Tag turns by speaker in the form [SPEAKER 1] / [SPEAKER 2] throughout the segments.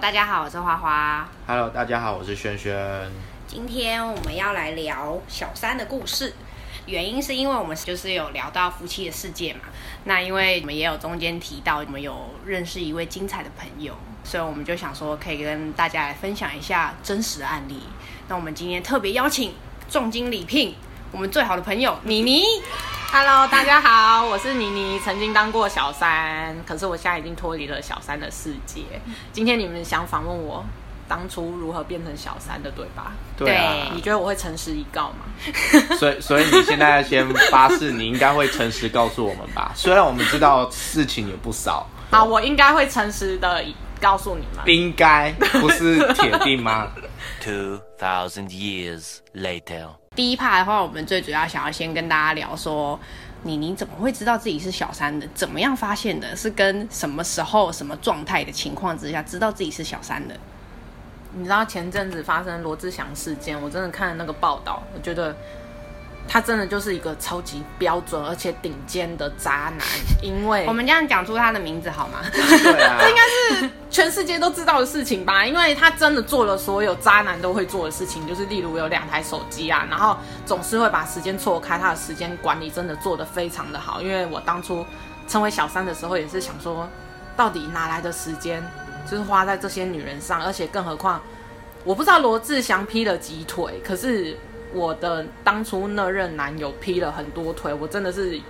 [SPEAKER 1] 大家好，我是花花。
[SPEAKER 2] Hello，大家好，我是轩轩。
[SPEAKER 1] 今天我们要来聊小三的故事，原因是因为我们就是有聊到夫妻的世界嘛。那因为我们也有中间提到，我们有认识一位精彩的朋友，所以我们就想说可以跟大家来分享一下真实的案例。那我们今天特别邀请重金礼聘我们最好的朋友妮妮。
[SPEAKER 3] Hello，大家好，我是妮妮，曾经当过小三，可是我现在已经脱离了小三的世界。今天你们想访问我当初如何变成小三的，对吧？
[SPEAKER 2] 对啊，
[SPEAKER 1] 嗯
[SPEAKER 3] 你觉得我会诚实以告吗？
[SPEAKER 2] 所以所以你现在先发誓，你应该会诚实告诉我们吧？虽然我们知道事情也不少，
[SPEAKER 3] 好，我应该会诚实的告诉你们。
[SPEAKER 2] 应该不是铁定吗？
[SPEAKER 4] 2,000 years later.
[SPEAKER 1] 第一趴的话，我们最主要想要先跟大家聊说，你你怎么会知道自己是小三的？怎么样发现的？是跟什么时候、什么状态的情况之下知道自己是小三的？
[SPEAKER 3] 你知道前阵子发生罗志祥事件，我真的看了那个报道，我觉得他真的就是一个超级标准而且顶尖的渣男，因为
[SPEAKER 1] 我们这样讲出他的名字好吗？
[SPEAKER 2] 对啊，应该
[SPEAKER 3] 全世界都知道的事情吧，因为他真的做了所有渣男都会做的事情，就是例如有两台手机啊，然后总是会把时间错开，他的时间管理真的做得非常的好。因为我当初成为小三的时候，也是想说，到底哪来的时间，就是花在这些女人上，而且更何况，我不知道罗志祥劈了几腿，可是我的当初那任男友劈了很多腿，我真的是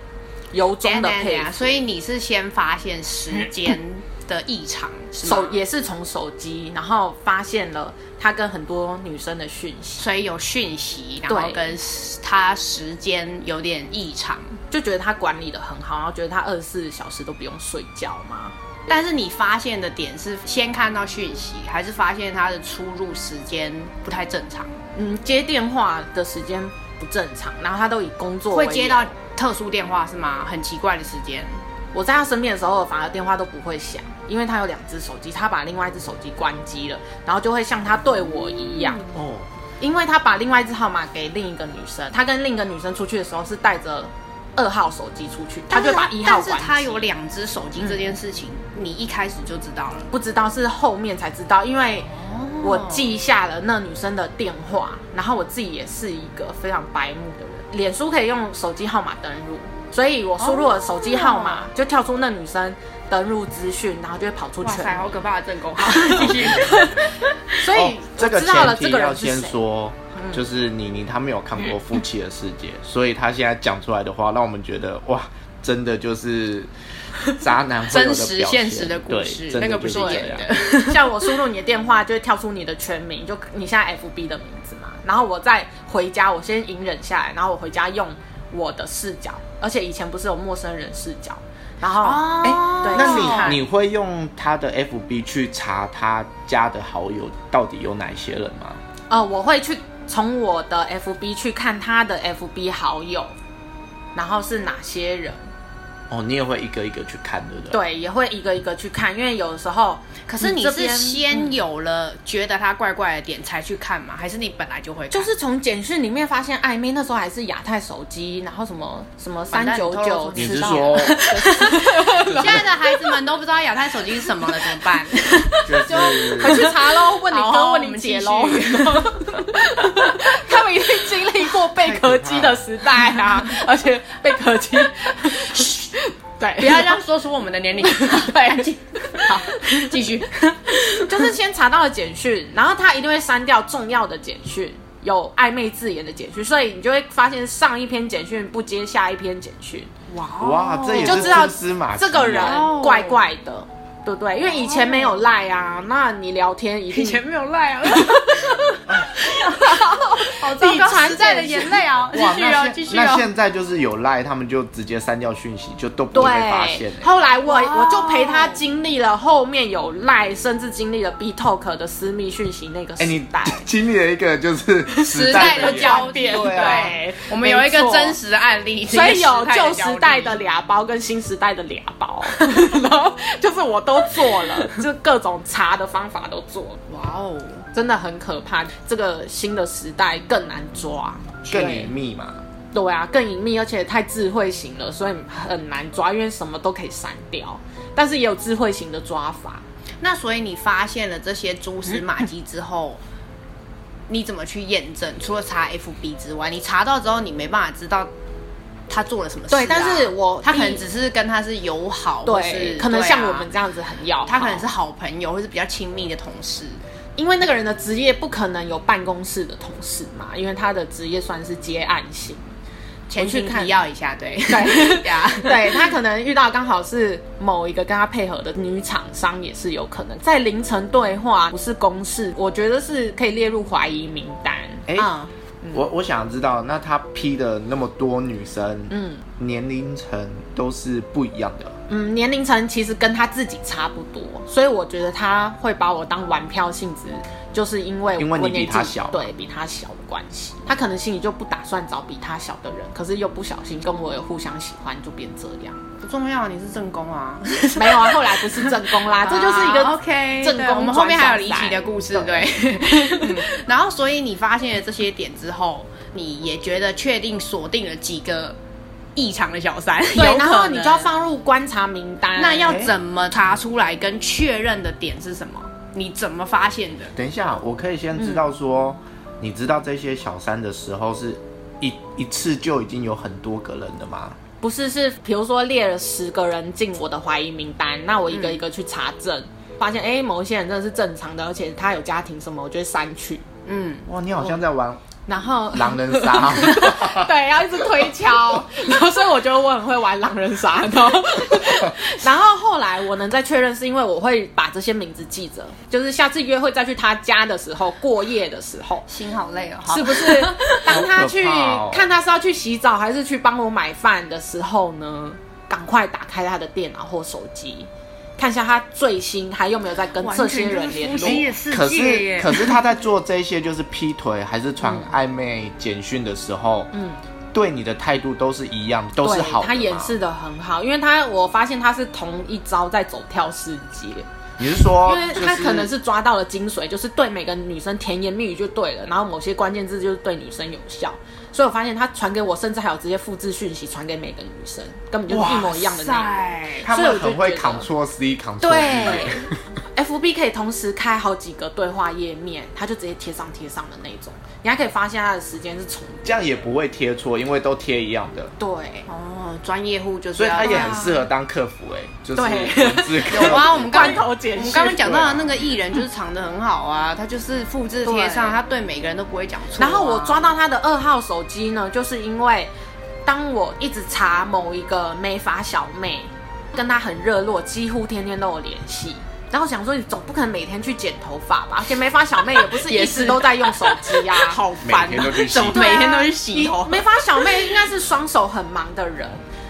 [SPEAKER 3] 由衷的佩服。
[SPEAKER 1] 啊所以你是先发现时间的异常，是吗
[SPEAKER 3] 手？也是从手机，然后发现了他跟很多女生的讯息，
[SPEAKER 1] 所以有讯息，然后
[SPEAKER 3] 对
[SPEAKER 1] 跟他时间有点异常。
[SPEAKER 3] 就觉得他管理的很好，然后觉得他二十四小时都不用睡觉嘛。
[SPEAKER 1] 但是你发现的点是先看到讯息，还是发现他的出入时间不太正常？
[SPEAKER 3] 嗯，接电话的时间不正常，然后他都以工作为
[SPEAKER 1] 会接
[SPEAKER 3] 由
[SPEAKER 1] 到特殊电话是吗？很奇怪的时间。
[SPEAKER 3] 我在他身边的时候，反而电话都不会响，因为他有两只手机，他把另外一只手机关机了，然后就会像他对我一样，
[SPEAKER 1] 嗯
[SPEAKER 2] 哦，
[SPEAKER 3] 因为他把另外一只号码给另一个女生，他跟另一个女生出去的时候是带着二号手机出去，他就把一号
[SPEAKER 1] 但是
[SPEAKER 3] 关机。
[SPEAKER 1] 他有两只手机这件事情，你一开始就知道了。
[SPEAKER 3] 不知道是后面才知道，因为
[SPEAKER 1] 哦
[SPEAKER 3] 我记下了那女生的电话，然后我自己也是一个非常白目的人，脸书可以用手机号码登录，所以我输入了手机号码，就跳出那女生登录资讯，然后就会跑出
[SPEAKER 1] 哇塞，哦
[SPEAKER 3] 全
[SPEAKER 1] 好
[SPEAKER 3] 部，
[SPEAKER 1] 可怕的正 宫！好，继续。
[SPEAKER 3] 所以
[SPEAKER 2] 哦这
[SPEAKER 3] 哎我
[SPEAKER 2] 个
[SPEAKER 3] 知道了
[SPEAKER 2] 前
[SPEAKER 3] 这
[SPEAKER 2] 提
[SPEAKER 3] 个
[SPEAKER 2] 要
[SPEAKER 3] 人是
[SPEAKER 2] 先
[SPEAKER 3] 谁。
[SPEAKER 2] 说，就是妮妮她没有看过《夫妻的世界》，所以她现在讲出来的话，让我们觉得哇，真的就是渣男会有
[SPEAKER 1] 真
[SPEAKER 2] 的
[SPEAKER 1] 实
[SPEAKER 2] 表
[SPEAKER 1] 现
[SPEAKER 2] 现
[SPEAKER 1] 实的故
[SPEAKER 2] 对
[SPEAKER 1] 事
[SPEAKER 2] 真
[SPEAKER 1] 那
[SPEAKER 2] 的
[SPEAKER 1] 个不
[SPEAKER 2] 就是这
[SPEAKER 1] 演
[SPEAKER 2] 样
[SPEAKER 1] 的
[SPEAKER 3] 像我输入你的电话，就会跳出你的全名，就你现在 FB 的名字嘛。然后我再回家，我先隐忍下来，然后我回家用我的视角，而且以前不是有陌生人视角，然后
[SPEAKER 1] 哦
[SPEAKER 3] 哎、对，
[SPEAKER 2] 那
[SPEAKER 1] 是
[SPEAKER 3] 试看
[SPEAKER 2] 你你会用他的 FB 去查他加的好友到底有哪些人吗？
[SPEAKER 3] 呃，我会去从我的 FB 去看他的 FB 好友，然后是哪些人，
[SPEAKER 2] 哦，你也会一个一个去看，对不对？。
[SPEAKER 3] 对，也会一个一个去看，因为有的时候，
[SPEAKER 1] 可是你
[SPEAKER 3] 这
[SPEAKER 1] 是
[SPEAKER 3] 边
[SPEAKER 1] 先有了觉得他怪怪的点才去看吗？还是你本来就会看？
[SPEAKER 3] 就是从简讯里面发现暧昧，那时候还是亚太手机，然后什么什么
[SPEAKER 1] 完
[SPEAKER 3] 三
[SPEAKER 1] 蛋
[SPEAKER 3] 九
[SPEAKER 1] 你透露
[SPEAKER 3] 九，
[SPEAKER 1] 出
[SPEAKER 2] 你
[SPEAKER 1] 去
[SPEAKER 2] 是
[SPEAKER 3] 吃到
[SPEAKER 2] 说，
[SPEAKER 1] 现在的孩子们都不知道亚太手机是什么了，怎么 办？
[SPEAKER 2] 就是
[SPEAKER 3] 回去查喽，问你
[SPEAKER 1] 好
[SPEAKER 3] 哥，
[SPEAKER 1] 我
[SPEAKER 3] 问
[SPEAKER 1] 们
[SPEAKER 3] 你
[SPEAKER 1] 继
[SPEAKER 3] 姐
[SPEAKER 1] 续
[SPEAKER 3] 喽。他们一定经历过贝壳机的时 代啊，而且贝壳机， 对，
[SPEAKER 1] 不要这样说出我们的年 龄。
[SPEAKER 3] 对，
[SPEAKER 1] 好，继续。
[SPEAKER 3] 就是先查到了简讯，然后他一定会删掉重要的简讯，有暧昧字眼的简讯，所以你就会发现上一篇简讯不接下一篇简讯，
[SPEAKER 1] 哇
[SPEAKER 2] 哇，这也
[SPEAKER 3] 就是知道
[SPEAKER 2] 蛛丝马迹啊
[SPEAKER 3] 这个人
[SPEAKER 1] 哦
[SPEAKER 3] 怪怪的，对不对？因为以前没有赖啊，那你聊天一定
[SPEAKER 1] 以前没有赖 啊。好
[SPEAKER 3] 糟糕时代的眼
[SPEAKER 1] 泪啊！
[SPEAKER 2] 哇，那现那现在就是有赖，他们就直接删掉讯息，就都不会被发现欸、
[SPEAKER 3] 后来我
[SPEAKER 1] 哇哦
[SPEAKER 3] 我就陪他经历了后面有赖，甚至经历了 B Talk 的私密讯息那个
[SPEAKER 2] 哎、
[SPEAKER 3] 时
[SPEAKER 2] 你
[SPEAKER 3] 代。
[SPEAKER 2] 经历了一个就是
[SPEAKER 1] 时
[SPEAKER 2] 时
[SPEAKER 1] 代
[SPEAKER 2] 的
[SPEAKER 1] 的
[SPEAKER 2] 眼
[SPEAKER 1] 交变，
[SPEAKER 2] 对啊
[SPEAKER 1] 我们有一个
[SPEAKER 3] 没错
[SPEAKER 1] 真实的案例，
[SPEAKER 3] 所以有旧时
[SPEAKER 1] 时
[SPEAKER 3] 代
[SPEAKER 1] 代
[SPEAKER 3] 的
[SPEAKER 1] 的
[SPEAKER 3] 俩包跟新时代的俩包， 然后就是我都做 了，就各种查的方法都做了，
[SPEAKER 1] 哇哦，
[SPEAKER 3] 真的很可怕。这个新的时代更难抓，
[SPEAKER 2] 更隐秘嘛。
[SPEAKER 3] 对啊，更隐秘，而且太智慧型了，所以很难抓，因为什么都可以删掉。但是也有智慧型的抓法，
[SPEAKER 1] 那所以你发现了这些蛛丝马迹之 后，你怎么去验证？除了查 FB 之外，你查到之后，你没办法知道他做了什么事、啊。
[SPEAKER 3] 对但是我
[SPEAKER 1] 他可能只是跟他是友好，或
[SPEAKER 3] 对
[SPEAKER 1] 是，
[SPEAKER 3] 可能像
[SPEAKER 1] 对啊
[SPEAKER 3] 我们这样子很要好，
[SPEAKER 1] 他可能是好朋友，或是比较亲密的同事。
[SPEAKER 3] 因为那个人的职业不可能有办公室的同事嘛，因为他的职业算是接案型，
[SPEAKER 1] 前
[SPEAKER 3] 去
[SPEAKER 1] 情
[SPEAKER 3] 看
[SPEAKER 1] 提要一下，对
[SPEAKER 3] 对
[SPEAKER 1] 呀，
[SPEAKER 3] 对他可能遇到刚好是某一个跟他配合的女厂商也是有可能，在凌晨对话不是公事，我觉得是可以列入怀疑名单。
[SPEAKER 2] 哎、
[SPEAKER 1] 嗯，
[SPEAKER 2] 我我想知道，那他批的那么多女生，嗯，年龄层都是不一样的。
[SPEAKER 3] 嗯，年龄层其实跟他自己差不多，所以我觉得他会把我当玩票性质，就是因为
[SPEAKER 2] 因为你
[SPEAKER 3] 我年纪
[SPEAKER 2] 比他小
[SPEAKER 3] 对比他小的关系，他可能心里就不打算找比他小的人，可是又不小心跟我有互相喜欢，就变这 样。
[SPEAKER 1] 不重要，你是正宫 啊。
[SPEAKER 3] 没有啊，后来不是正宫 啦，这就是一个
[SPEAKER 1] OK
[SPEAKER 3] 正
[SPEAKER 1] 对
[SPEAKER 3] 宫。
[SPEAKER 1] 我们后面还有离奇的故事，对。 嗯然后，所以你发现了这些点之后，你也觉得确定锁定了几个异常的小三，有
[SPEAKER 3] 对，然后
[SPEAKER 1] 可
[SPEAKER 3] 你
[SPEAKER 1] 能
[SPEAKER 3] 就要。放入观察名单。
[SPEAKER 1] 那要怎么查出来跟确认的点是什么？你怎么发现的？
[SPEAKER 2] 等一下，我可以先
[SPEAKER 3] 嗯
[SPEAKER 2] 知道说，你知道这些小三的时候是一一次就已经有很多个人了吗？
[SPEAKER 3] 不是是，比如说列了十个人进我的怀疑名单，那我一个一个去查证，发现哎、诶某一些人真的是正常的，而且他有家庭什么，我就会删去。
[SPEAKER 1] 嗯，
[SPEAKER 2] 哇，你好像在玩
[SPEAKER 3] 然后
[SPEAKER 2] 狼人杀 哦，
[SPEAKER 3] 对，要一直推敲， 然后所以我觉得我很会玩狼人杀，然后然后后来我能再确认，是因为我会把这些名字记着，就是下次约会再去他家的时候，过夜的时候，
[SPEAKER 1] 心好累哦，
[SPEAKER 3] 是不是当他去、
[SPEAKER 2] 好可怕哦
[SPEAKER 3] 看他是要去洗澡还是去帮我买饭的时候呢，赶快打开他的电脑或手机，看一下他最新还有没有在跟这些人联络。
[SPEAKER 1] 世
[SPEAKER 2] 可是可是他在做这些就是劈腿还是传暧昧简讯的时候，嗯，对你的态度都是一样，都是
[SPEAKER 3] 对
[SPEAKER 2] 好的
[SPEAKER 3] 他
[SPEAKER 2] 吗
[SPEAKER 3] 掩饰的很好，因为他我发现他是同一招在走跳世界，
[SPEAKER 2] 你是说，
[SPEAKER 3] 因为他可能是抓到了精髓，就是对每个女生甜言蜜语就对了，然后某些关键字就是对女生有效，所以我发现他传给我，甚至还有直接复制讯息传给每个女生，根本就是一模一样的内容。
[SPEAKER 2] 他
[SPEAKER 3] 所以我
[SPEAKER 2] 们
[SPEAKER 3] 就
[SPEAKER 2] 很会
[SPEAKER 3] 觉得
[SPEAKER 2] Ctrl C Ctrl V，
[SPEAKER 3] 对，FB 可以同时开好几个对话页面，它就直接贴上贴上的那种，你还可以发现它的时间是重
[SPEAKER 2] 这样也不会贴错，因为都贴一样的，
[SPEAKER 3] 对。
[SPEAKER 1] 哦，专业户就是
[SPEAKER 2] 所以
[SPEAKER 1] 要
[SPEAKER 2] 他也
[SPEAKER 1] 这样
[SPEAKER 2] 很适合当客服、哎，就是
[SPEAKER 3] 对
[SPEAKER 2] 文字 客
[SPEAKER 1] 有啊，我
[SPEAKER 2] 服。
[SPEAKER 1] 们刚
[SPEAKER 3] 罐头简讯
[SPEAKER 1] 我们刚刚讲到的那个艺人就是藏的很好啊，他就是复制贴上，
[SPEAKER 3] 对
[SPEAKER 1] 他对每个人都不会讲错啊、
[SPEAKER 3] 然后我抓到他的二号手机呢，就是因为当我一直查某一个美发小妹，跟她很热络，几乎天天都有联系。然后想说，你总不可能每天去剪头发吧？而且美发小 妹也不是
[SPEAKER 1] 也
[SPEAKER 3] 一
[SPEAKER 1] 是
[SPEAKER 3] 直都在用手机啊，好
[SPEAKER 2] 每天都去洗
[SPEAKER 1] 怎么每天都去洗头
[SPEAKER 3] 美发小妹应该是双手很忙的人，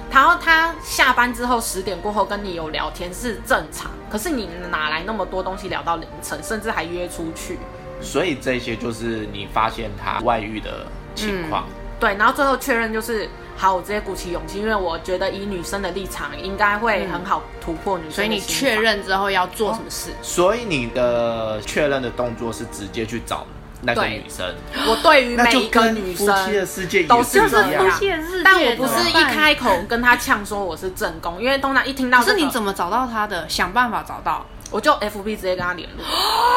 [SPEAKER 3] 然后她下班之后十点过后跟你有聊天是正常，可是你哪来那么多东西聊到凌晨，甚至还约出去？
[SPEAKER 2] 所以这些就是你发现他外遇的情况。
[SPEAKER 3] 对，然后最后确认就是，好，我直接鼓起勇气，因为我觉得以女生的立场，应该会很好突破女
[SPEAKER 1] 啊
[SPEAKER 3] 生的
[SPEAKER 1] 所以你
[SPEAKER 3] 心
[SPEAKER 1] 确
[SPEAKER 3] 防
[SPEAKER 1] 认之后要做什么事？
[SPEAKER 2] 所以你的确认的动作是直接去找那个
[SPEAKER 3] 对
[SPEAKER 2] 女生，
[SPEAKER 3] 我对于
[SPEAKER 2] 那
[SPEAKER 3] 每
[SPEAKER 2] 就
[SPEAKER 3] 一个
[SPEAKER 2] 跟
[SPEAKER 3] 女
[SPEAKER 2] 夫
[SPEAKER 3] 生
[SPEAKER 2] 妻的世界也
[SPEAKER 3] 都是
[SPEAKER 2] 是
[SPEAKER 3] 这
[SPEAKER 2] 一
[SPEAKER 3] 样
[SPEAKER 2] 样。
[SPEAKER 3] 但我不是一，开口跟她呛说我是正宫，因为通常一听到、
[SPEAKER 1] 可
[SPEAKER 3] 这
[SPEAKER 1] 是
[SPEAKER 3] 个
[SPEAKER 1] 你怎么找到他的？想办法找到。
[SPEAKER 3] 我就 FB 直接跟她联 络，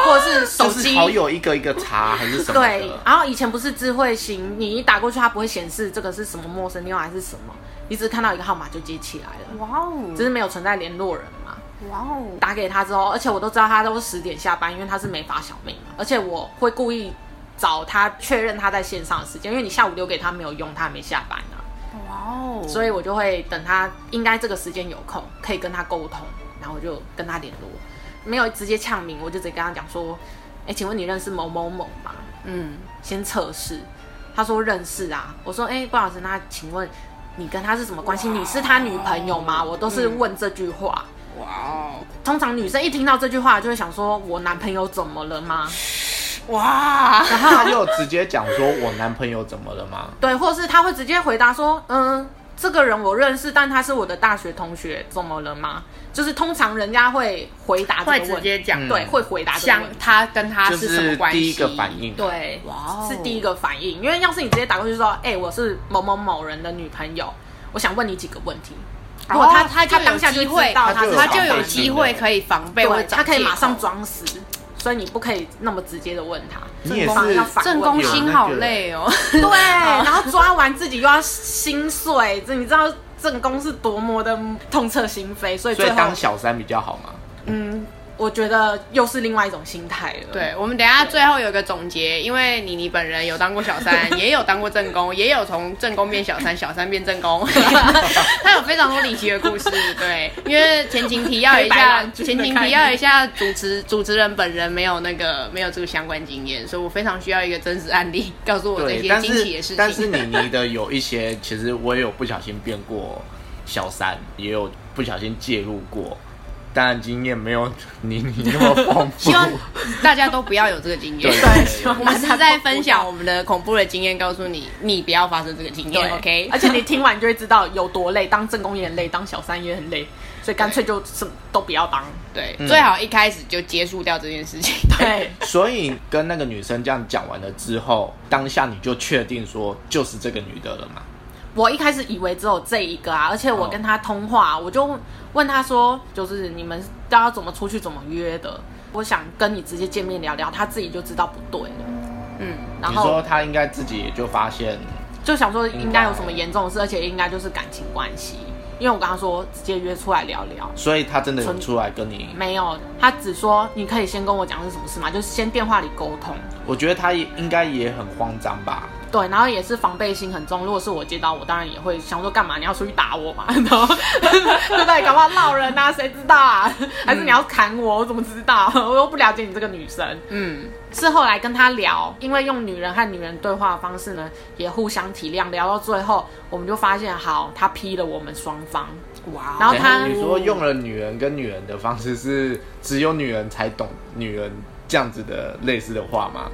[SPEAKER 3] 或者是手
[SPEAKER 2] 就是
[SPEAKER 3] 机
[SPEAKER 2] 好友一个一个查还是什么
[SPEAKER 3] 对
[SPEAKER 2] 的，，
[SPEAKER 3] 然后以前不是智慧型，你一打过去它不会显示这个是什么陌生电话还是什么，你只看到一个号码就接起来了，
[SPEAKER 1] 哇哦
[SPEAKER 3] 只是没有存在联络人嘛。
[SPEAKER 1] 哇哦，
[SPEAKER 3] 打给他之后，而且我都知道他都是十点下班，因为他是美发小妹嘛，而且我会故意找他确认他在线上的时间，因为你下午留给他没有用，他还没下班呢、
[SPEAKER 1] 哇哦，
[SPEAKER 3] 所以我就会等他应该这个时间有空，可以跟他沟通，然后我就跟他联络，没有直接呛名，我就直接跟他讲说，哎、请问你认识某某某吗？
[SPEAKER 1] 嗯，
[SPEAKER 3] 先测试，他说认识啊，我说哎、诶不好意思，那请问你跟他是什么关系？你是他女朋友吗？我都是问这句话。
[SPEAKER 1] 哇哦，
[SPEAKER 3] 通常女生一听到这句话，就会想说：“我男朋友怎么了吗
[SPEAKER 1] 哇，
[SPEAKER 2] 他又直接讲说我男朋友怎么了吗？？”
[SPEAKER 3] 对，或是她会直接回答说：“嗯，这个人我认识，但他是我的大学同学，怎么了吗？”就是通常人家会回答这
[SPEAKER 1] 会
[SPEAKER 3] 个
[SPEAKER 1] 直
[SPEAKER 3] 问题，
[SPEAKER 1] 接讲
[SPEAKER 2] 嗯
[SPEAKER 3] 对，会回答这个
[SPEAKER 1] 想
[SPEAKER 3] 问题，
[SPEAKER 1] 他跟
[SPEAKER 3] 啊
[SPEAKER 1] 他
[SPEAKER 2] 就是
[SPEAKER 1] 什么关系？
[SPEAKER 2] 第一个反应，
[SPEAKER 3] 对，
[SPEAKER 1] 哇哦
[SPEAKER 3] 是第一个反应。因为要是你直接打过去说：“哎、我是某某某人的女朋友，我想问你几个问题。”如果他
[SPEAKER 1] 哦他就
[SPEAKER 3] 他
[SPEAKER 1] 有
[SPEAKER 3] 当下就
[SPEAKER 1] 机会
[SPEAKER 3] 知道
[SPEAKER 2] 他
[SPEAKER 3] 他
[SPEAKER 2] 就
[SPEAKER 1] 他
[SPEAKER 2] 有
[SPEAKER 1] 就
[SPEAKER 2] 防
[SPEAKER 1] 有
[SPEAKER 2] 备
[SPEAKER 1] 机
[SPEAKER 2] 心
[SPEAKER 1] 会
[SPEAKER 2] 的
[SPEAKER 1] 可以防备或
[SPEAKER 3] 对，
[SPEAKER 1] 者
[SPEAKER 3] 他可以
[SPEAKER 1] 找借
[SPEAKER 3] 马上
[SPEAKER 1] 口
[SPEAKER 3] 装死，所以你不可以那么直接的问他。啊
[SPEAKER 2] 你也
[SPEAKER 3] 正宫
[SPEAKER 2] 是
[SPEAKER 3] 要反
[SPEAKER 1] 正
[SPEAKER 3] 问
[SPEAKER 1] 宫
[SPEAKER 2] 有
[SPEAKER 1] 心
[SPEAKER 2] 那
[SPEAKER 1] 好
[SPEAKER 2] 个
[SPEAKER 1] 累哦。
[SPEAKER 3] 对，然后抓完自己又要心碎，这你知道正宫是多么的痛彻心扉，所
[SPEAKER 2] 所
[SPEAKER 3] 以
[SPEAKER 2] 以
[SPEAKER 3] 最后
[SPEAKER 2] 当小三比较好嘛。
[SPEAKER 3] 嗯，我觉得又是另外一种心态了。
[SPEAKER 1] 对，我们等一下最后有个总结，因为妮妮本人有当过小 三，也有当过正宫，也有从正宫变小三，小三变正 宫，她有非常多离奇的故事。对，因为前情提要一
[SPEAKER 3] 黑白
[SPEAKER 1] 下，
[SPEAKER 3] 郎君的
[SPEAKER 1] 前情
[SPEAKER 3] 概
[SPEAKER 1] 提
[SPEAKER 3] 念
[SPEAKER 1] 要一下，主持主持人本人没有那个没有这个相关经验，所以我非常需要一个真实案例， 告诉我这
[SPEAKER 2] 对，
[SPEAKER 1] 些
[SPEAKER 2] 但
[SPEAKER 1] 惊奇的事
[SPEAKER 2] 是
[SPEAKER 1] 情。
[SPEAKER 2] 但是妮妮 的有一些，其实我也有不小心变过小三，也有不小心介入过，当然经验没有妮妮那么丰富
[SPEAKER 1] 希。望大家都不要有这个经验。
[SPEAKER 2] 对
[SPEAKER 3] 希望
[SPEAKER 1] 我
[SPEAKER 3] 大
[SPEAKER 1] 们
[SPEAKER 3] 家
[SPEAKER 1] 只
[SPEAKER 3] 不
[SPEAKER 1] 是在分 享我们的恐怖的经验，告诉你你不要发生这个经验。OK，
[SPEAKER 3] 而且你听完就会知道有多累，当正宫也很累，当小三也很累，所以干脆就什么都不要当。
[SPEAKER 1] 对，
[SPEAKER 2] 嗯
[SPEAKER 1] 最好一开始就结束掉这件事情。
[SPEAKER 3] 对，
[SPEAKER 2] 所以跟那个女生这样讲完了之后，当下你就确定说就是这个女的了嘛？
[SPEAKER 3] 我一开始以为只有这一个啊，而且我
[SPEAKER 2] 哦
[SPEAKER 3] 跟他通话，我就问他说，就是你们都要怎么出去，怎么约的？我想跟你直接见面聊聊，他自己就知道不对了，
[SPEAKER 1] 嗯，
[SPEAKER 3] 然
[SPEAKER 2] 你
[SPEAKER 3] 后
[SPEAKER 2] 说她应该自己也就发现，
[SPEAKER 3] 就想说应该有什么严重的事，而且应该就是感情关系，因为我跟他说直接约出来聊聊，
[SPEAKER 2] 所以她真的有
[SPEAKER 3] 纯
[SPEAKER 2] 出来跟你。
[SPEAKER 3] 没有，他只说你可以先跟我讲是什么事嘛，就是先电话里沟通，
[SPEAKER 2] 我觉得她也应该也很慌张吧。
[SPEAKER 3] 对，然后也是防备心很重。如果是我接到，我当然也会想说干嘛？你要出去打我嘛？ 然后对不对？搞不好闹人啊，谁知道啊？ 还是你要砍我？我怎么知道？ 我又不了解你这个女生。
[SPEAKER 1] 嗯，
[SPEAKER 3] 是后来跟他聊，因为用女人和女人对话的方式呢，也互相体谅。聊到最后，我们就发现，好，他劈了我们双方。
[SPEAKER 1] 哇哦
[SPEAKER 3] 然后
[SPEAKER 2] 对
[SPEAKER 3] 他
[SPEAKER 2] 哎你说用了女人跟女人的方式，是只有女人才懂女人这样子的类似的话吗？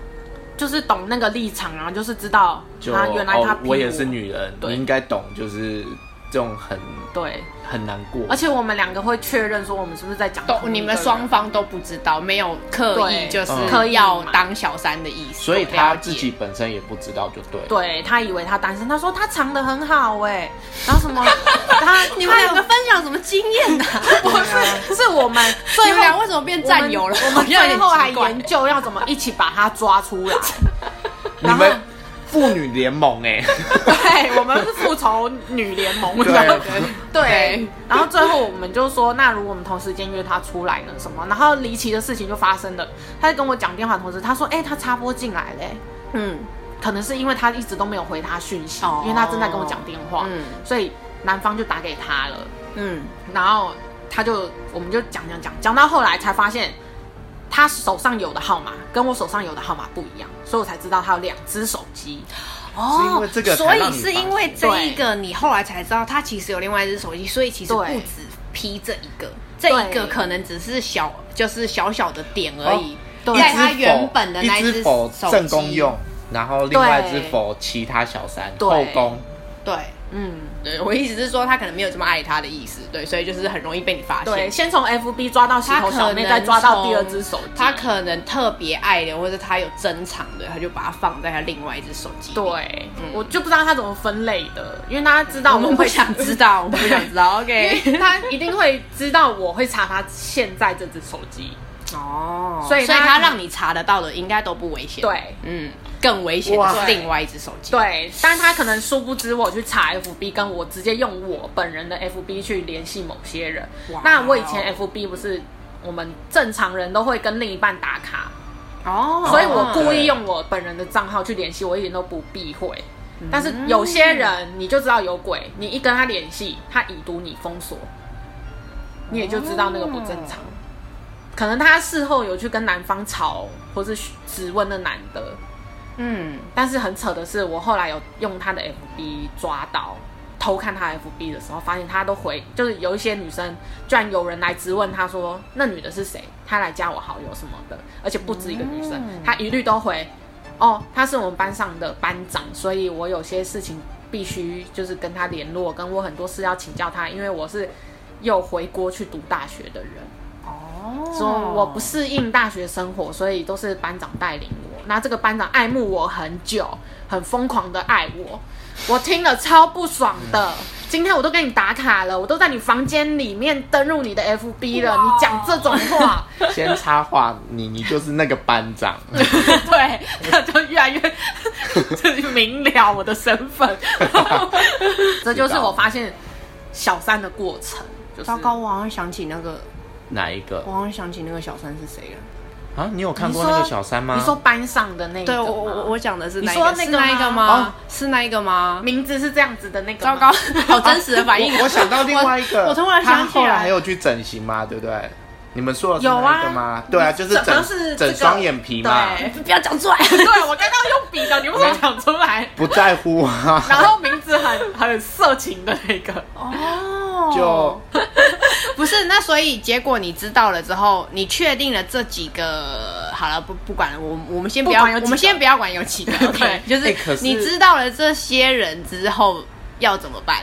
[SPEAKER 3] 就是懂那个立场啊，就是知道
[SPEAKER 2] 就
[SPEAKER 3] 他啊原来他
[SPEAKER 2] 哦
[SPEAKER 3] 劈、、
[SPEAKER 2] 我也是，女人，
[SPEAKER 3] 对
[SPEAKER 2] 你应该懂，就是这种很
[SPEAKER 3] 对，
[SPEAKER 2] 很难过。
[SPEAKER 3] 而且我们两个会确认说我们是不是在讲
[SPEAKER 1] 都
[SPEAKER 3] 同一
[SPEAKER 1] 你
[SPEAKER 3] 个
[SPEAKER 1] 们
[SPEAKER 3] 人
[SPEAKER 1] 双方都不知道，没有刻意
[SPEAKER 3] 对
[SPEAKER 1] 就是
[SPEAKER 2] 嗯
[SPEAKER 1] 刻意要当小三的意思，
[SPEAKER 2] 所以
[SPEAKER 1] 他
[SPEAKER 2] 她自己本身也不知道，就对。，
[SPEAKER 3] 对他以为他单身，他说他藏得很好哎、然后什 么，他
[SPEAKER 1] 你们两个
[SPEAKER 3] 个
[SPEAKER 1] 分享什么经 验啊呢、
[SPEAKER 3] 不 是是我们最
[SPEAKER 1] 你们俩
[SPEAKER 3] 后
[SPEAKER 1] 为什么变战友了？
[SPEAKER 3] 我
[SPEAKER 1] 好
[SPEAKER 3] 们
[SPEAKER 1] 像有
[SPEAKER 3] 最
[SPEAKER 1] 点
[SPEAKER 3] 后还
[SPEAKER 1] 奇怪
[SPEAKER 3] 研究要怎么一起把他抓出来，
[SPEAKER 2] 你
[SPEAKER 3] 然后
[SPEAKER 2] 们妇女联盟哎、
[SPEAKER 3] 对我们是复仇女联盟，你知道吗
[SPEAKER 2] 对
[SPEAKER 3] 对
[SPEAKER 1] 对，
[SPEAKER 3] 然后最后我们就说，那如果我们同时间约他出来呢？什么？然后离奇的事情就发生了，他在跟我讲电话的同时，他说，哎、他插播进来嘞、
[SPEAKER 1] 嗯
[SPEAKER 3] 可能是因为他一直都没有回他讯息，
[SPEAKER 1] 哦
[SPEAKER 3] 因为他正在跟我讲电话，
[SPEAKER 1] 嗯
[SPEAKER 3] 所以男方就打给他了。
[SPEAKER 1] 嗯，
[SPEAKER 3] 然后他就我们就讲讲讲，讲到后来才发现，他手上有的号码跟我手上有的号码不一样，所以我才知道他有两只手机。
[SPEAKER 2] 是因为这个才
[SPEAKER 1] 哦所
[SPEAKER 2] 让你
[SPEAKER 1] 以
[SPEAKER 2] 发现
[SPEAKER 1] 是因为这一个，你后来才知道他其实有另外一只手机，所以其实不
[SPEAKER 3] 对
[SPEAKER 1] 止批这一个，这一个可能只是小，就是小小的点而已。
[SPEAKER 3] 对
[SPEAKER 1] 在他哦原本的那
[SPEAKER 2] 一
[SPEAKER 1] 只
[SPEAKER 2] 只否
[SPEAKER 1] 手
[SPEAKER 2] 正
[SPEAKER 1] 机
[SPEAKER 2] 宫用，然后另外一只
[SPEAKER 3] 对
[SPEAKER 2] 否其他小三
[SPEAKER 3] 对
[SPEAKER 2] 后宫。
[SPEAKER 1] 对，
[SPEAKER 3] 嗯，
[SPEAKER 1] 对我意思是说，他可能没有这么爱他的意思，对，所以就是很容易被你发
[SPEAKER 3] 对，
[SPEAKER 1] 现。
[SPEAKER 3] 先从 FB 抓到洗
[SPEAKER 1] 他
[SPEAKER 3] 头
[SPEAKER 1] 可
[SPEAKER 3] 小
[SPEAKER 1] 能
[SPEAKER 3] 妹，再抓到第二只手机。
[SPEAKER 1] 他可能特别爱的，或者他有珍藏的，他就把它放在他另外一只手机里。
[SPEAKER 3] 对、
[SPEAKER 1] 嗯
[SPEAKER 3] 我就不知道他怎么分类的，因为他知道
[SPEAKER 1] 那我们
[SPEAKER 3] 会
[SPEAKER 1] 不想知道，我们不想知 道。OK，
[SPEAKER 3] 因为他一定会知道我会查他现在这只手机。
[SPEAKER 1] 哦，所
[SPEAKER 3] 所
[SPEAKER 1] 以
[SPEAKER 3] 以
[SPEAKER 1] 所以
[SPEAKER 3] 他
[SPEAKER 1] 他让你查得到的应该都不危险。
[SPEAKER 3] 对，
[SPEAKER 1] 嗯，更危险的
[SPEAKER 2] 哇
[SPEAKER 1] 是另外一只手机。，
[SPEAKER 3] 对，但他可能殊不知我去查 FB，跟我直接用我本人的 FB 去联系某些人
[SPEAKER 1] 哇哦。
[SPEAKER 3] 那我以前 FB 不是我们正常人都会跟另一半打卡，
[SPEAKER 1] 哦
[SPEAKER 3] 所以我
[SPEAKER 2] 顾
[SPEAKER 3] 故意用我本人的账号去联系，我一点都不避讳。
[SPEAKER 1] 嗯
[SPEAKER 3] 但是有些人你就知道有鬼，你一跟他联系，他已读你封锁，你也就知道那个不正常。
[SPEAKER 1] 哦
[SPEAKER 3] 可能他事后有去跟男方吵，或是质问那男的，
[SPEAKER 1] 嗯，
[SPEAKER 3] 但是很扯的是，我后来有用他的 FB 抓到偷看他 FB 的时候，发现他都回，就是有一些女生居然有人来质问他说那女的是谁，她来加我好友什么的，而且不止一个女生，她一律都回哦，她是我们班上的班长，所以我有些事情必须就是跟她联络，跟我很多事要请教她，因为我是又回国去读大学的人。
[SPEAKER 1] 哦
[SPEAKER 3] 说我不适应大学生活，所以都是班长带领我。那这个班长爱慕我很久，很疯狂的爱我，我听了超不爽的。今天我都给你打卡了，我都在你房间里面登入你的 FB 了，你讲这种话，
[SPEAKER 2] 先插话，你你就是那个班 长，
[SPEAKER 3] 对，他就越来越 就是明了我的身 份，这就是我发现小三的过程，就是
[SPEAKER 1] 糟糕，我好像想起那个，
[SPEAKER 2] 哪一个
[SPEAKER 1] 我好像想起那个小三是谁了。
[SPEAKER 2] 啊？你有看
[SPEAKER 3] 你
[SPEAKER 2] 过
[SPEAKER 3] 说
[SPEAKER 2] 那个小三吗？
[SPEAKER 3] 你说班上的那个
[SPEAKER 1] 对
[SPEAKER 3] 吗
[SPEAKER 1] 我我我讲的是那
[SPEAKER 3] 你说
[SPEAKER 1] 个，哦
[SPEAKER 3] 那
[SPEAKER 1] 是
[SPEAKER 3] 个
[SPEAKER 1] 那一个
[SPEAKER 3] 吗
[SPEAKER 1] 吗？是那一个吗？
[SPEAKER 3] 名字是这样子的那个吗，
[SPEAKER 1] 糟糕，好真实的反应。
[SPEAKER 2] 我我想到另外一个，
[SPEAKER 1] 我我突然想
[SPEAKER 2] 他
[SPEAKER 1] 起
[SPEAKER 2] 后来还
[SPEAKER 1] 来，
[SPEAKER 2] 有去整形嘛，对不对？你们说的是
[SPEAKER 3] 有啊
[SPEAKER 2] 哪一个吗？对啊，就是
[SPEAKER 3] 怎么
[SPEAKER 2] 整
[SPEAKER 3] 是这个
[SPEAKER 2] 整双眼皮嘛，
[SPEAKER 3] 对
[SPEAKER 1] 不要讲出 来。
[SPEAKER 3] 对我刚刚用笔的，你为什么讲出 来？
[SPEAKER 2] 不在乎啊，
[SPEAKER 3] 然后名字很很色情的那个，
[SPEAKER 1] 哦，
[SPEAKER 2] 就
[SPEAKER 1] 不是，那所以结果你知道了之后，你确定了这几个，好了，不不管了，我我们先不要，
[SPEAKER 3] 不管有几个
[SPEAKER 1] 我们先不要管有 几个，OK，就
[SPEAKER 2] 哎可是
[SPEAKER 1] 你知道了这些人之后要怎么办？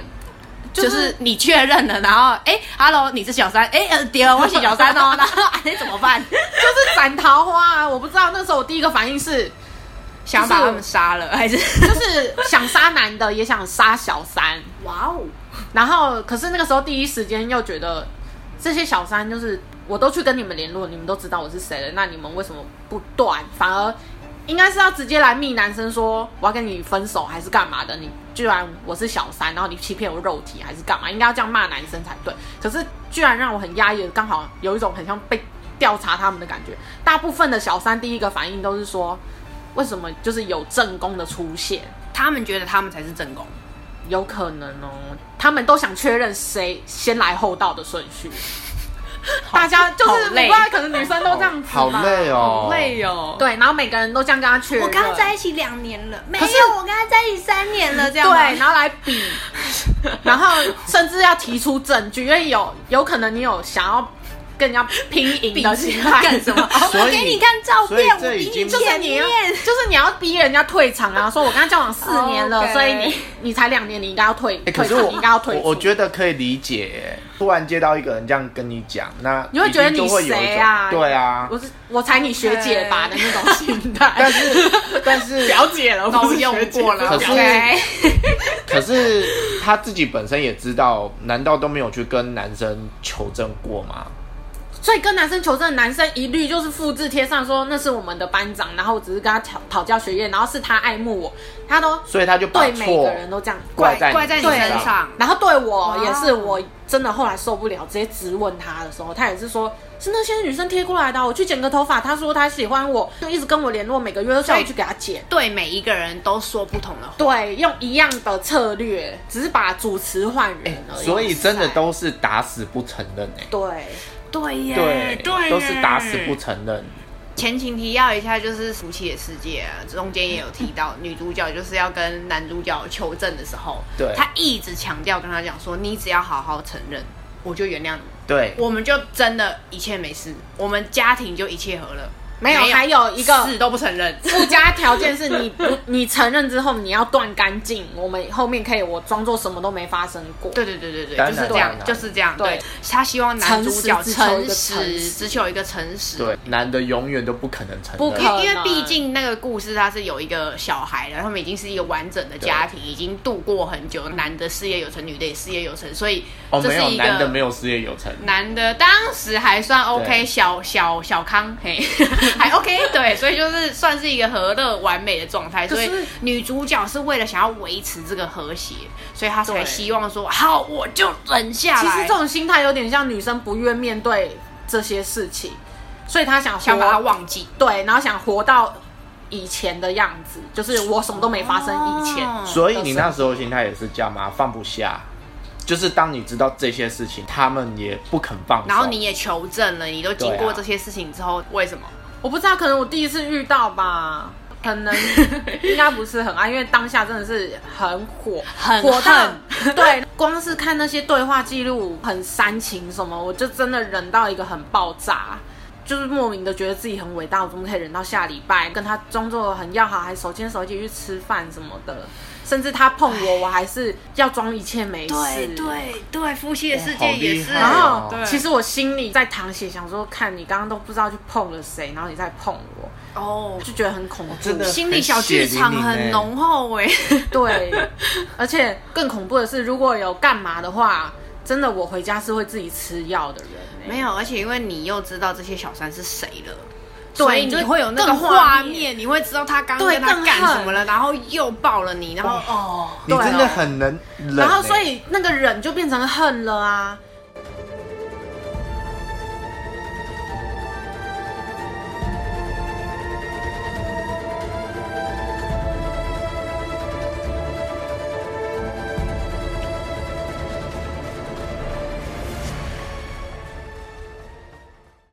[SPEAKER 1] 就是、你确认了，然后哎、哈 h e l l o 你是小三，哎、呃，对，我是小三 哦，然后哎、怎么办？
[SPEAKER 3] 就是斩桃花啊！我不知道那时候我第一个反应是，
[SPEAKER 1] 想把他们杀了，还是
[SPEAKER 3] 就是想杀男的，也想杀小三。
[SPEAKER 1] 哇哦，
[SPEAKER 3] 然后可是那个时候第一时间又觉得这些小三就是我都去跟你们联络，你们都知道我是谁了，那你们为什么不断？反而应该是要直接来密男生说我要跟你分手还是干嘛的？你居然我是小三，然后你欺骗我肉体还是干嘛？应该要这样骂男生才对。可是居然让我很压抑的，刚好有一种很像被调查他们的感觉。大部分的小三第一个反应都是说。为什么就是有正宫的出现？
[SPEAKER 1] 他们觉得他们才是正宫，
[SPEAKER 3] 有可能哦，他们都想确认谁先来后到的顺 序。大家就是
[SPEAKER 1] 好
[SPEAKER 3] 我不
[SPEAKER 1] 累
[SPEAKER 3] 知道，可能女生都这样子吧。
[SPEAKER 2] 好累哦，
[SPEAKER 1] 哦。
[SPEAKER 3] 对，然后每个人都这样跟他确认。
[SPEAKER 1] 我跟他在一起两年了，没
[SPEAKER 3] 可是
[SPEAKER 1] 有，我跟他在一起三年了，这样吗
[SPEAKER 3] 对，然后来 比，然后甚至要提出证据，因为有有可能你有想要跟人家拼赢的心态，
[SPEAKER 1] 干什么？
[SPEAKER 2] 所以
[SPEAKER 1] 我给你看照
[SPEAKER 2] 所以
[SPEAKER 1] 片，我
[SPEAKER 2] 这
[SPEAKER 1] 比
[SPEAKER 2] 已
[SPEAKER 1] 你
[SPEAKER 2] 经
[SPEAKER 3] 就是
[SPEAKER 1] 前
[SPEAKER 3] 你要，
[SPEAKER 1] 面。
[SPEAKER 3] 就是你要逼人家退场啊！说我跟他交往四年了
[SPEAKER 1] 哦 OK
[SPEAKER 3] 所以你你才两年，你应该要退，
[SPEAKER 2] 哎、可
[SPEAKER 3] 退
[SPEAKER 2] 是
[SPEAKER 3] 场，
[SPEAKER 2] 我
[SPEAKER 3] 你应该要退出
[SPEAKER 2] 我我觉得可以理解。突然接到一个人这样跟你讲，那
[SPEAKER 3] 你会觉得
[SPEAKER 2] 一定就会有一
[SPEAKER 3] 你谁
[SPEAKER 2] 种
[SPEAKER 3] 啊
[SPEAKER 2] 对啊，
[SPEAKER 3] 我是我才你学姐吧的那种心态。
[SPEAKER 2] 但是但是
[SPEAKER 3] 表姐 了，
[SPEAKER 1] 都
[SPEAKER 3] 不是
[SPEAKER 1] 用
[SPEAKER 3] 学姐
[SPEAKER 1] 过了
[SPEAKER 2] 可
[SPEAKER 3] 表
[SPEAKER 2] 是
[SPEAKER 3] 姐
[SPEAKER 1] OK
[SPEAKER 2] 可是他自己本身也知道，难道都没有去跟男生求证过吗？
[SPEAKER 3] 所以跟男生求证，男生一律就是复制贴上说那是我们的班长，然后我只是跟他讨讨教学业，然后是他爱慕我，他都
[SPEAKER 2] 所以他就把
[SPEAKER 3] 对每
[SPEAKER 2] 错
[SPEAKER 3] 个人都这样。
[SPEAKER 2] 怪在
[SPEAKER 1] 怪在你
[SPEAKER 3] 对
[SPEAKER 1] 身上。
[SPEAKER 3] 然后对我
[SPEAKER 1] 哇
[SPEAKER 3] 也是，我真的后来受不了，直接质问他的时候，他也是说是那些女生贴过来的啊，我去剪个头发，他说他喜欢我，就一直跟我联络，每个月都叫我去给他剪。
[SPEAKER 1] 对每一个人都说不同的话，
[SPEAKER 3] 对，用一样的策略，只是把主持换人而已。
[SPEAKER 2] 哎所以真的都是打死不承认哎、
[SPEAKER 3] 对，
[SPEAKER 1] 对耶，
[SPEAKER 2] 都是打死不。承认。
[SPEAKER 1] 前情提要一下，就是《夫妻的世界》啊，中间也有提到，女主角就是要跟男主角求证的时候，
[SPEAKER 2] 对
[SPEAKER 1] 她一直强调跟他讲说，你只要好好承认，我就原谅你，
[SPEAKER 2] 对，
[SPEAKER 1] 我们就真的一切没事，我们家庭就一切和乐。
[SPEAKER 3] 没有还有一个
[SPEAKER 1] 死都不承 认，
[SPEAKER 3] 附加条件是你不， 你承认之后你要断干净，我们后面可以我装作什么都没发生过。
[SPEAKER 1] 对对对对对，
[SPEAKER 2] 当然
[SPEAKER 1] 就是这样
[SPEAKER 2] 当，然
[SPEAKER 1] 就是这样。
[SPEAKER 3] 对
[SPEAKER 1] 对，他希望男主角
[SPEAKER 3] 诚实只
[SPEAKER 1] 诚
[SPEAKER 3] 求一个诚
[SPEAKER 1] 实，
[SPEAKER 3] 实
[SPEAKER 1] 只求一个诚实。
[SPEAKER 2] 对，男的永远都不可能承认，
[SPEAKER 3] 不可
[SPEAKER 1] 因为因为
[SPEAKER 3] 能
[SPEAKER 1] 毕竟那个故事他是有一个小孩了，他们已经是一个完整的家庭，已经度过很久，男的事业有成，女的也事业有成，所以
[SPEAKER 2] 哦，
[SPEAKER 1] 这
[SPEAKER 2] 没
[SPEAKER 1] 是
[SPEAKER 2] 有
[SPEAKER 1] 一个
[SPEAKER 2] 男的没有事业有成，
[SPEAKER 1] 男的当时还算 OK，
[SPEAKER 2] 对
[SPEAKER 1] 小小小康，嘿， 还 OK，对，所以就是算是一个和乐完美的状态。
[SPEAKER 3] 可
[SPEAKER 1] 所
[SPEAKER 3] 是
[SPEAKER 1] 以女主角是为了想要维持这个和谐，所以她才
[SPEAKER 3] 对
[SPEAKER 1] 希望说，好，我就忍下
[SPEAKER 3] 其
[SPEAKER 1] 来。
[SPEAKER 3] 实这种心态有点像女生不愿面对这些事情，所以她想活
[SPEAKER 1] 想把它忘记，
[SPEAKER 3] 对，然后想活到以前的样子，就是我什么都没发生以前。
[SPEAKER 1] 哦
[SPEAKER 2] 所以你那时候心态也是这样吗？放不下，就是当你知道这些事情，他们也不肯放手，
[SPEAKER 1] 然后你也求证了，你都经
[SPEAKER 2] 对
[SPEAKER 1] 过
[SPEAKER 2] 啊
[SPEAKER 1] 这些事情之后，为什么？
[SPEAKER 3] 我不知道，可能我第一次遇到吧，可 能应该不是很爱，因为当下真的是很火，
[SPEAKER 1] 很
[SPEAKER 3] 火到
[SPEAKER 1] 恨
[SPEAKER 3] 对，光是看那些对话记录很煽情什么，我就真的忍到一个很爆炸。就是莫名的觉得自己很伟大，我怎么可以忍到下礼拜跟他装作很要好，还手牵手一起去吃饭什么的，甚至他碰我，我还是要装一切没事。
[SPEAKER 1] 对，夫妻的世
[SPEAKER 2] 哇
[SPEAKER 1] 界
[SPEAKER 2] 好厉
[SPEAKER 1] 也是。
[SPEAKER 2] 害
[SPEAKER 3] 然
[SPEAKER 2] 哦
[SPEAKER 3] 后
[SPEAKER 1] 对
[SPEAKER 3] 其实我心里在淌血，想说看你刚刚都不知道去碰了谁，然后你再碰我，
[SPEAKER 1] 哦，
[SPEAKER 3] 就觉得很恐怖，
[SPEAKER 2] 真的
[SPEAKER 1] 心理小剧场很浓厚哎、
[SPEAKER 3] 欸对，而且更恐怖的是，如果有干嘛的话，真的我回家是会自己吃药的人、欸。
[SPEAKER 1] 没有，而且因为你又知道这些小三是谁了。
[SPEAKER 3] 对
[SPEAKER 1] 所以你
[SPEAKER 3] 就
[SPEAKER 1] 会有那个
[SPEAKER 3] 更画
[SPEAKER 1] 画
[SPEAKER 3] 面
[SPEAKER 1] 面，你会知道他刚刚
[SPEAKER 3] 对
[SPEAKER 1] 跟他
[SPEAKER 3] 更
[SPEAKER 1] 干
[SPEAKER 3] 恨
[SPEAKER 1] 什么了，然后又抱了你，然后哦，
[SPEAKER 2] 你
[SPEAKER 3] 对
[SPEAKER 2] 真的很能忍欸、
[SPEAKER 3] 然后所以那个忍就变成恨了啊。